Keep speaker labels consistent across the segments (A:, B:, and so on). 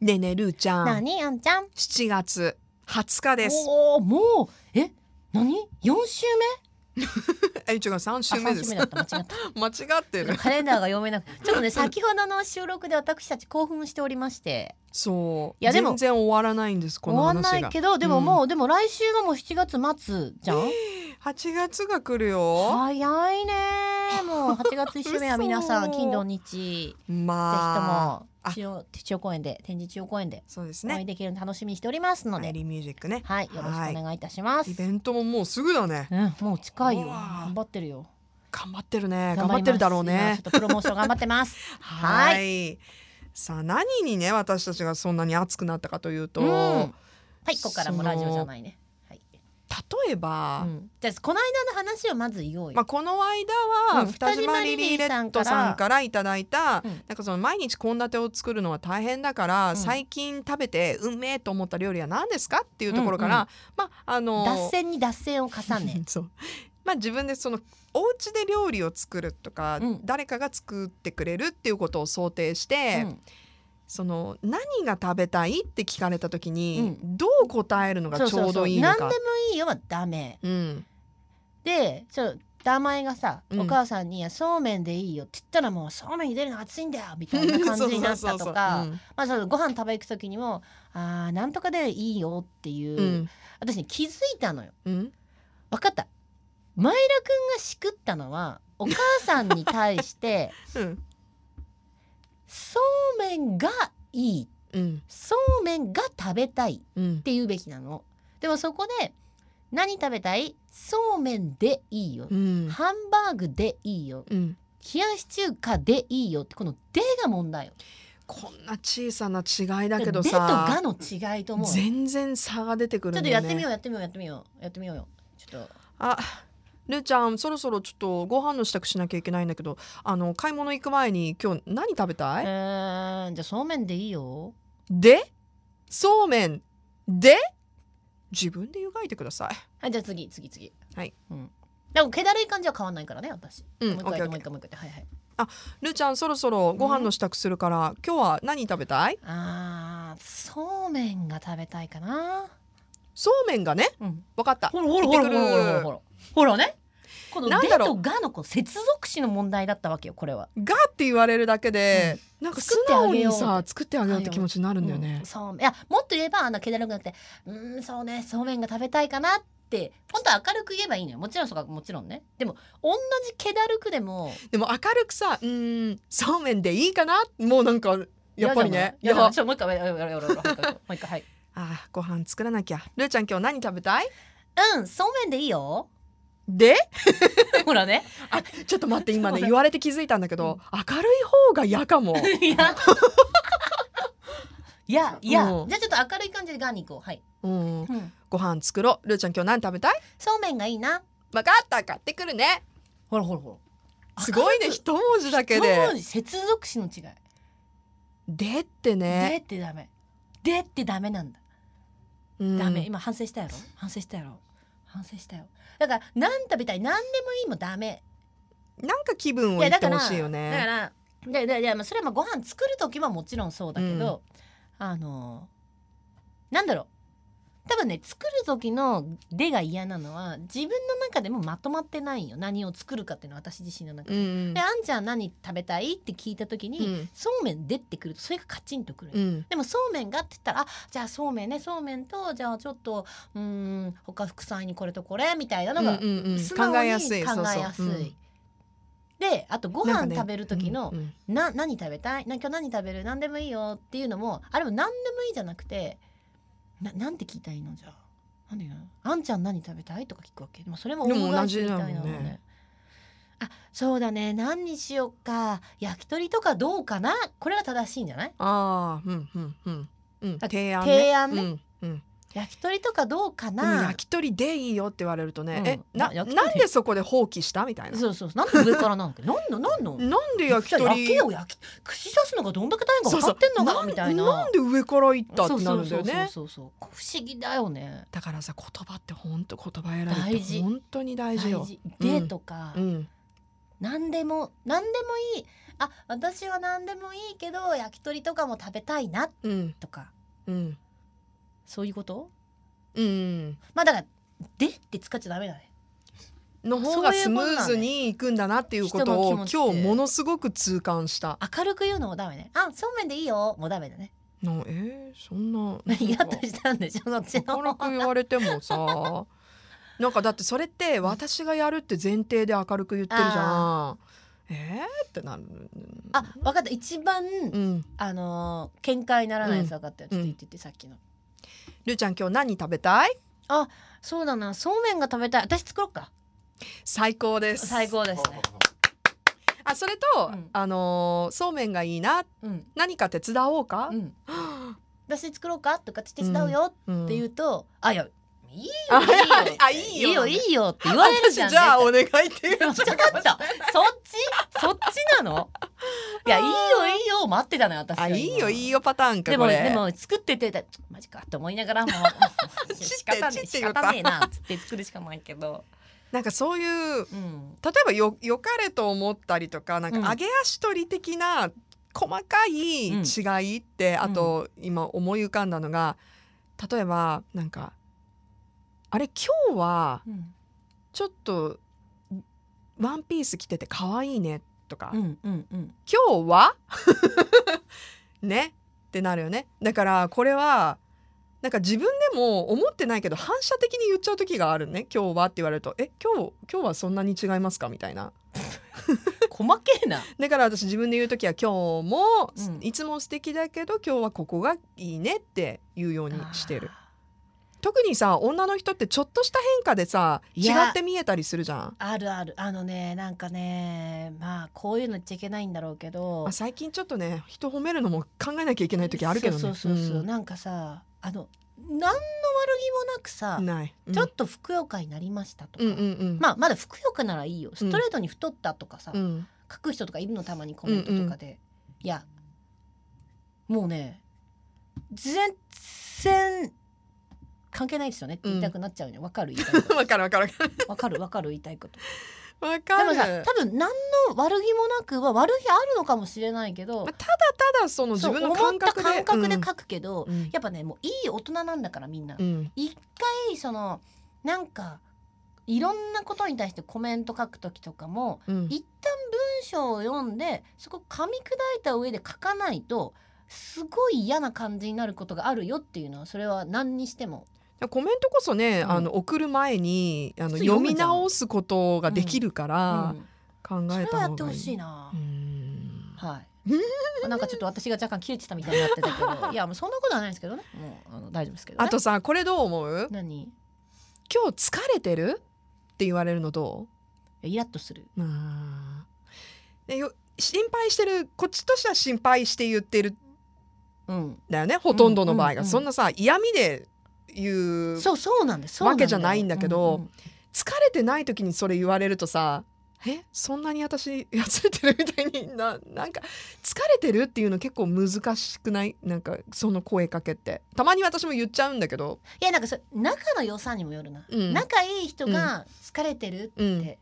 A: ねえねえルーちゃ
B: なんにあんちゃん
A: 7月20日です
B: おおもうえ何四週
A: え違う3週
B: 目
A: 目
B: あ
A: で
B: 三週
A: す
B: 目だった間違っ
A: 間違って
B: た
A: る
B: カレンダーが読めなくちょっとね先ほどの収録で私たち興奮しておりまして
A: そう
B: いやでも
A: 全然終わらないんですこ
B: 終
A: の
B: わん
A: 話が
B: ないけどでももう、でも来週がもう7月末じゃん
A: 8月が来るよ
B: 早いねもう8月1週目は皆さん
A: 嘘
B: 金土日ぜひと
A: まあ
B: も千代千代公園で展示千代公園で
A: そうです
B: お会
A: ね
B: いできるの楽しみにしておりますの
A: アイ
B: で、
A: リーミュージックね
B: はいよろしくお願いいたします
A: イベントももうすぐだね
B: うん、もう近いよ。
A: うわ
B: 頑張ってるよ。
A: 頑張ってるね頑
B: 頑張
A: 張
B: ります
A: ってるだろう
B: 今ちょ
A: ね
B: っとプロモーション頑張ってます。 はい
A: はいさあ何にね私たちがそんなに熱くなったかというと、
B: うんはい、ここからもラジオじゃないね。はい。
A: 例えば、
B: うんじゃあこの間の話をまず言おう
A: ま
B: よ
A: あ、。この間は
B: うん
A: 二島リリーレッドさんからいただいた、
B: うん
A: なんかその毎日献立を作るのは大変だから、
B: ん
A: 最近食べてうんめえと思った料理は何ですかっていうところか
B: うんう
A: ら、まああの。
B: 脱線に脱線を重ね
A: そうまあ自分でそのお家で料理を作るとか、
B: うん
A: 誰かが作ってくれるっていうことを想定して、
B: うん
A: その何が食べたいって聞かれた時に、
B: う
A: どう答えるのが
B: そう
A: ち
B: そ
A: ょ
B: う
A: う
B: そ
A: ど
B: う。
A: いいの
B: 何
A: か
B: でもいいよはダメ。
A: うん
B: で、ちょっと名前がさ、
A: うん
B: お母さんにいやそうめんでいいよって言ったらもうそうめん茹でるの熱いんだよみたいな感じになっ
A: そ
B: た
A: うそうそうそ
B: と
A: う
B: か、まあそのご飯食べ行く時にもあーなんとかでいいよってい
A: う
B: う、
A: んうん
B: 私ね気づいたのよ。
A: うん
B: わかった前田くんがしくったのはお母さんに対して
A: うん
B: そうめんがいい
A: うん
B: そうめんが食べたいっ
A: うん
B: ていうべきなのでもそこで何食べたいそうめんでいいよ、
A: うん
B: ハンバーグでいいよ
A: うん
B: 冷やし中華でいいよってこの「で」が問題よ
A: こんな小さな違いだけど
B: でと「が
A: さ」
B: の違いと思うよち
A: 全然差が出てくる
B: ょっ
A: ん
B: と
A: だよ
B: やっ
A: ね
B: てみようやってみようやってみようやってみようよちょっと
A: あるーちゃんそろそろちょっとご飯の支度しなきゃいけないんだけどあの買い物行く前に今日何食べた
B: う
A: い、
B: ーんじゃあそうめんでいいよ
A: でそうめんで自分で湯がいてください
B: はい、じゃあ次、次、次。
A: はい。
B: うん。でも、気だるい感じは変わんないからね、私。
A: うん
B: もう一回やって、
A: オッケーオッケー
B: もう一回、もう一回やって。はいはい。
A: るーちゃんそろそろご飯の支度するから、今日は何食べたい
B: あー、そうめんが食べたいかな。
A: そうめんがね
B: うん。
A: わかった
B: ほらほら
A: ら
B: ほ
A: ほ
B: ら
A: ら
B: ほ
A: ほ
B: ら
A: ら
B: ほ
A: ほら
B: らほら
A: ほ
B: ほらね。この
A: なん
B: で
A: だろう
B: とがのこう接続詞の問題だったわけよ、これは。
A: がって言われるだけで、なんか素直にさ作ってあ
B: げ
A: げ
B: よ
A: よ
B: う
A: うっ
B: っ
A: てて気持ちになるんだよね、
B: うんそうめんいや、もっと言えば、あの、気だるくなくて、うーん、そうね、そうめんが食べたいかなって、本当は明るく言えばいいのよ。もちろん、そうか、もちろんね。でも、同じ気だるくでも、
A: でも明るくさ、うーん、そうめんでいいかな、もうなんか、やっぱりね。いや
B: 嫌じゃない。嫌じゃないちょもう一回、やろうやろうやろうやろうもう一回、もう一回、はい。
A: あー、ご飯作らなきゃ。ルーちゃん、今日何食べたい。
B: うん、そうめんでいいよ。
A: で、
B: ほらね。
A: あ、ちょっと待って、今ね、
B: そう
A: 言われて気づいたんだけど、明るい方が嫌かも。
B: いや。いや、いや、
A: うん
B: じゃあちょっと明るい感じでガーに行こう。はい。
A: うん、ご飯作ろう、ルーちゃん、今日何食べたい。
B: そうめんがいいな。
A: わかった、買ってくるね。
B: ほらほらほら。
A: すごいね、
B: 明るく。
A: 一文字だけ
B: そう
A: で。
B: に接続詞の違い。
A: でって
B: で
A: ね。
B: ってダメ。でってダメなんだ。
A: うん
B: ダメ。今反省したやろ。反省したやろ。反省したよ。だから何食べたい何でもいいもダメ。
A: なんか気分を
B: い
A: 言
B: や
A: っ
B: だ
A: て
B: から
A: ほしいよ
B: だか
A: ね。
B: らでででまあそれはまあご飯作る時はもちろんそうだけど、あのなんだろう多分ね作る時の「で」が嫌なのは自分の中でもまとまってないよ何を作るかっていうのは私自身の中
A: う
B: で。
A: ん
B: で、あんちゃん何食べたいって聞いた時
A: う
B: に、
A: ん、
B: そうめんでってくるとそれがカチンとくるの、
A: うん、
B: でもそうめんがって言ったらあじゃあそうめんねそうめんとじゃあちょっとうーん他副菜にこれとこれみたいな
A: う
B: の
A: ん、
B: が
A: うんうん
B: 素直に
A: 考えやすい。
B: 考
A: そうそう
B: えやす
A: う
B: い
A: ん
B: であとご
A: なんか
B: 飯
A: ね
B: 食べる時の
A: うんうん
B: な何食べたいな今日何食べる何でもいいよっていうのもあれも何でもいいじゃなくてななんて聞いたらいいのじゃあなんで言うのあんちゃん何食べたいとか聞くわけでもそれも
A: でも
B: オムライスみたいなの
A: 同じだもんね
B: あそうだね何にしよっか焼き鳥とかどうかなこれが正しいんじゃない
A: ああ、うんうんうん。うん、
B: だ
A: 提案ね。
B: 提案ね
A: うんうん、
B: 焼き鳥とかどうか
A: でも
B: な
A: 焼き鳥でいいよって言われるとね、
B: うん
A: えな
B: 焼き鳥
A: なんでそこで放棄したみたいな。
B: そうそうそうなんで上からなんだっけなんのなんの
A: なんで焼き
B: じゃあ焼け
A: 鳥
B: よ焼き串刺すのがどんだけ大変か分かってんの
A: そうそ
B: か
A: う
B: みたいな
A: なんで上から行ったってなるんだよね。
B: そうそうそうそう不思議だよね
A: だからさ言葉って本当言葉選び
B: 大
A: っ
B: 事
A: て本当に大事よ。
B: でとか、
A: うん
B: 何でも何でもいいあ私は何でもいいけど焼き鳥とかも食べたいな
A: うん
B: とか
A: うん
B: そういうこと
A: うん
B: まあだから「で」って使っちゃダメだね
A: の方がスムーズにいくんだなっていうことを
B: 人の気持ちって
A: 今日ものすごく痛感した。
B: 明るく言うのもダメねあそうめんでいいよもうダメだね
A: のえー、そんな
B: 何
A: な
B: や
A: ん
B: っ
A: か
B: としたんでしょそっち
A: 明る
B: の
A: く言われてもさ なんかだってそれって私がやるって前提で明るく言ってるじゃん。えー、ってなる。
B: あ分かった一番、
A: うん。
B: あのー見解にならないやつ分かったよ、
A: うん
B: ちょっと言っててさっきの
A: るーちゃん今日何食べたい
B: そうだなそうめんが食べたい私作ろっか
A: 最高です。
B: 最。高ですね
A: あそれと、
B: うん
A: あのーそうめんがいいな
B: うん
A: 何か手伝おうか
B: う。ん私作ろうかとか手伝うよ
A: うん
B: って言うと、あいやいいよ
A: あい
B: いいよ
A: やあいいよ
B: いいよいいよって言われるじゃん
A: 私じゃあ
B: 絶
A: お願いって言
B: 対
A: う
B: ちょっとそっちそっちな のいやいいよいいよ待ってたね私
A: あいいよいい
B: よ
A: よパターンか
B: で
A: こ
B: も
A: れ
B: でも作っててマジかと思いなが らも
A: て
B: 仕方
A: ちっ
B: ねえ
A: て
B: 仕
A: 言った
B: 方ねえなっつって作るしかないけど、
A: なんかそういう
B: うん、
A: 例えばよよかれと思ったりとかなん
B: うん
A: か上げ足取り的な細かい違いって、あと今思い浮かんだのが例えばなんかあれ今日は
B: うん
A: ちょっとワンピース着てて可愛いねとか、
B: うんうんうん
A: 今日は ねってなるよねだからこれはなんか自分でも思ってないけど反射的に言っちゃう時があるね今日はって言われるとえ今日今日はそんなに違いますかみたいな
B: 細けえな
A: だから私自分で言う時は今日も、
B: うん
A: いつも素敵だけど今日はここがいいねって言うようにしてる特にさ女の人ってちょっとした変化でさ
B: い
A: 違
B: や
A: って見えたりするじゃん、
B: あるあるあのねなんかねまあこういうの言っちゃいけないんだろうけど
A: まあ、最近ちょっとね人褒めるのも考えなきゃいけない時あるけどね
B: そうそうそうそう、
A: うん
B: なんかさあの何の悪気もなくさ、
A: ない、うん
B: ちょっとふくよかになりましたとか、
A: うんうんうん
B: まあまだふくよかならいいよストレートに太ったとかさ、
A: うん
B: 書く人とかいるのたまにコメントとかで、いやもうね全然関係ないですよねって言いたくなっちゃうねわ、かる言いたいこ
A: わかるわかるわかる
B: とわかるわかる言いたいこと
A: わ
B: で
A: か
B: も
A: る
B: さ多分何の悪気もなくは悪気あるのかもしれないけど
A: まあただただその自分の
B: そう
A: 感覚で
B: 思った感覚で書くけど、
A: うん
B: やっぱねもういい大人なんだからみんな、
A: うん
B: 一回そのなんかいろんなことに対してコメント書く時とかも
A: うん
B: 一旦文章を読んでそこ噛み砕いた上で書かないとすごい嫌な感じになることがあるよっていうのはそれは何にしても
A: コメントこそね、
B: うん
A: あの送る前にあの
B: 普通
A: 読
B: 読む
A: み
B: じゃん
A: 直すことができるから
B: うん
A: 考
B: そ
A: え
B: れは
A: た
B: やっ
A: 方
B: てほ
A: がい
B: しい
A: い。
B: な、
A: うん
B: はいなんかちょっと私が若干切れてたみたいになってた けどいやもうそんなことはないですけどねもうあの大丈夫ですけど、ね、
A: あとさこれどう思う
B: 何
A: 今日疲れてるって言われるのど
B: イラッとする
A: うまあでよ心配してるこっちとしては心配して言ってるん
B: うん
A: だよねほとんどの場合が、
B: うんうんうん
A: そんなさ嫌味で言う
B: そうそうなんですそうなんだよ
A: わけじゃないんだけど
B: うんうん
A: 疲れてない時にそれ言われるとさえそんなに私やつれてるみたいにななんか疲れてるっていうの結構難しくないなんかその声かけってたまに私も言っちゃうんだけど、
B: いやなんかそれ仲の良さにもよるな、
A: うん
B: 仲いい人が疲れてる
A: う
B: っ
A: ん、
B: て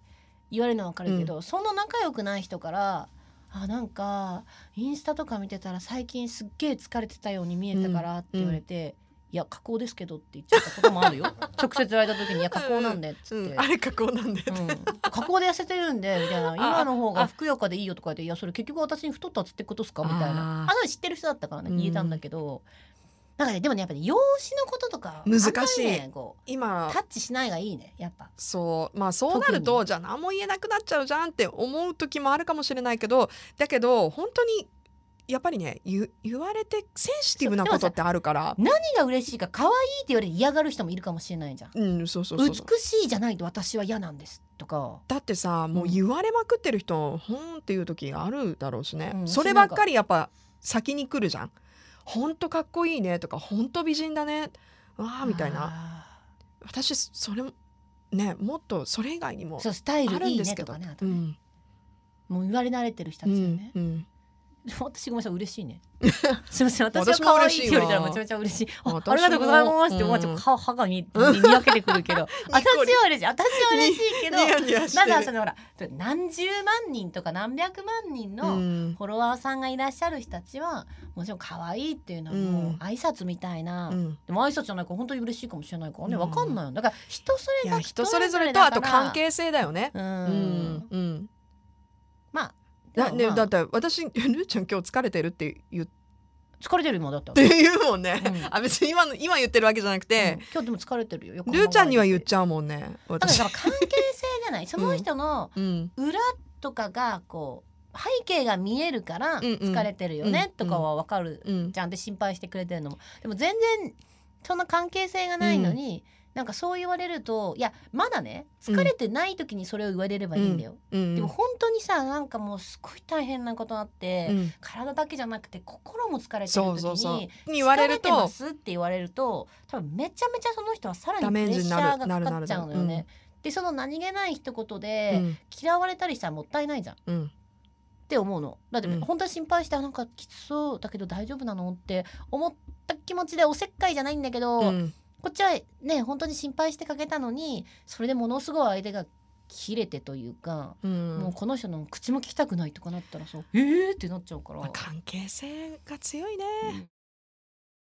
B: 言われるのはわかるけど、その仲良くない人からあなんかインスタとか見てたら最近すっげえ疲れてたように見えたからって言われて、いや加工ですけどって言っちゃったこともある よ直接言われた時に「いや加工なんで」っつ
A: う
B: って。
A: ん、あれ加工なんだよ
B: うん、加工で痩せてるんでみたいな今の方
A: あ
B: がふくよかでいいよとか言って「いやそれ結局私に太ったっつってことっすか?」みたい
A: あ
B: な
A: ー
B: あの知ってる人だったからね言えたんだけど、なんかねでもねやっぱり、ね、容姿のこととか
A: 難しい
B: あんまりね、こう
A: 今
B: タッチしないがいいねやっぱ。
A: そうまあそうなる
B: 特
A: とじゃあ何も言えなくなっちゃうじゃんって思う時もあるかもしれないけどだけど本当にやっぱりね言言われてセンシティブなことってあるから
B: 何が嬉しいか可愛いって言われて嫌がる人もいるかもしれないじゃん。
A: うんそうそうそうそう
B: 美しいじゃないと私は嫌なんですとか。
A: だってさもう言われまくってる人、ほんっていう時があるだろうしね、
B: うん
A: そればっかりやっぱ先に来るじゃんほんとかっこいいねとかほんと美人だねわあみたいな
B: な。
A: 私それもねもっとそれ以外にも
B: そうスタイ
A: あ
B: ル
A: る
B: い
A: ん
B: い
A: で
B: ね
A: すけど
B: とかね。あと
A: う
B: ね
A: ん
B: もう言われ慣れてる人
A: う
B: たちは
A: ん
B: ね。
A: うん
B: 私ごめんなさい嬉しい ねすいません私は
A: 私も
B: 可愛
A: 嬉し
B: いっ
A: い
B: て
A: わ
B: 言われたらめちゃめちゃ嬉しいあ
A: 私も
B: ありがとうございますって
A: うん
B: 思っちゃう歯歯がにににやけてく るけど
A: ニコ
B: 私
A: リ
B: は嬉しい私は嬉しいけど
A: ニヤニヤして
B: ま
A: る
B: だそのほら何十万人とか何百万人
A: う
B: の
A: ん
B: フォロワーさんがいらっしゃる人たちはもちろん可愛いっていうのはもう
A: うん
B: 挨拶みたいな、
A: うん
B: でも挨拶じゃないから本当に嬉しいかもしれないからね
A: うん
B: わかんないよだから人そ
A: い
B: れが
A: や人それぞれと
B: だ
A: あ
B: から
A: と関係性だよね。
B: う、
A: うんんうん、
B: まあ
A: だ
B: で
A: ね
B: もまあ
A: だって私 ルーちゃん今日疲れてるって言っ
B: 疲れてる今だった
A: て言うもんね、
B: うん
A: あ別に今の今言ってるわけじゃなく
B: うん
A: て、
B: 今日でも疲れてるよよく考え
A: ルーちゃんには言ってちゃうもんね
B: だから
A: 私
B: やっぱ関係性じゃないその人の
A: うん
B: 裏とかがこう背景が見えるから
A: んうん
B: 疲れてるよねとかはわかる
A: うん
B: じゃんって心配してくれてるのもでも全然そんな関係性がないのに、なんかそう言われるといやまだね疲れてない時にそれを言われればいいんだよ、
A: うん
B: でも本当にさなんかもうすごい大変なことあって、
A: うん
B: 体だけじゃなくて心も疲れてる時に
A: そうそうそうに言わ
B: 疲
A: れ
B: れ
A: る
B: てま
A: と
B: すって言われると多分めちゃめちゃその人はさらに
A: ダ
B: プレ
A: メー
B: ッ
A: ジ
B: シ
A: に
B: ャ
A: な
B: ー
A: る
B: が
A: な
B: か
A: る
B: か
A: な
B: っ
A: る
B: ちゃうのよね。でその何気ない一言で、
A: うん
B: 嫌われたりしたらもったいないじゃんっ
A: うん
B: て思うのだって
A: うん
B: 本当は心配してあなんかきつそうだけど大丈夫なのって思った気持ちでおせっかいじゃないんだけど、
A: うん
B: こっちはね本当に心配してかけたのにそれでものすごい相手が切れてというか、
A: うん
B: もうこの人の口も聞きたくないとかなったらさえーってなっちゃうから
A: まあ。関係性が強いね。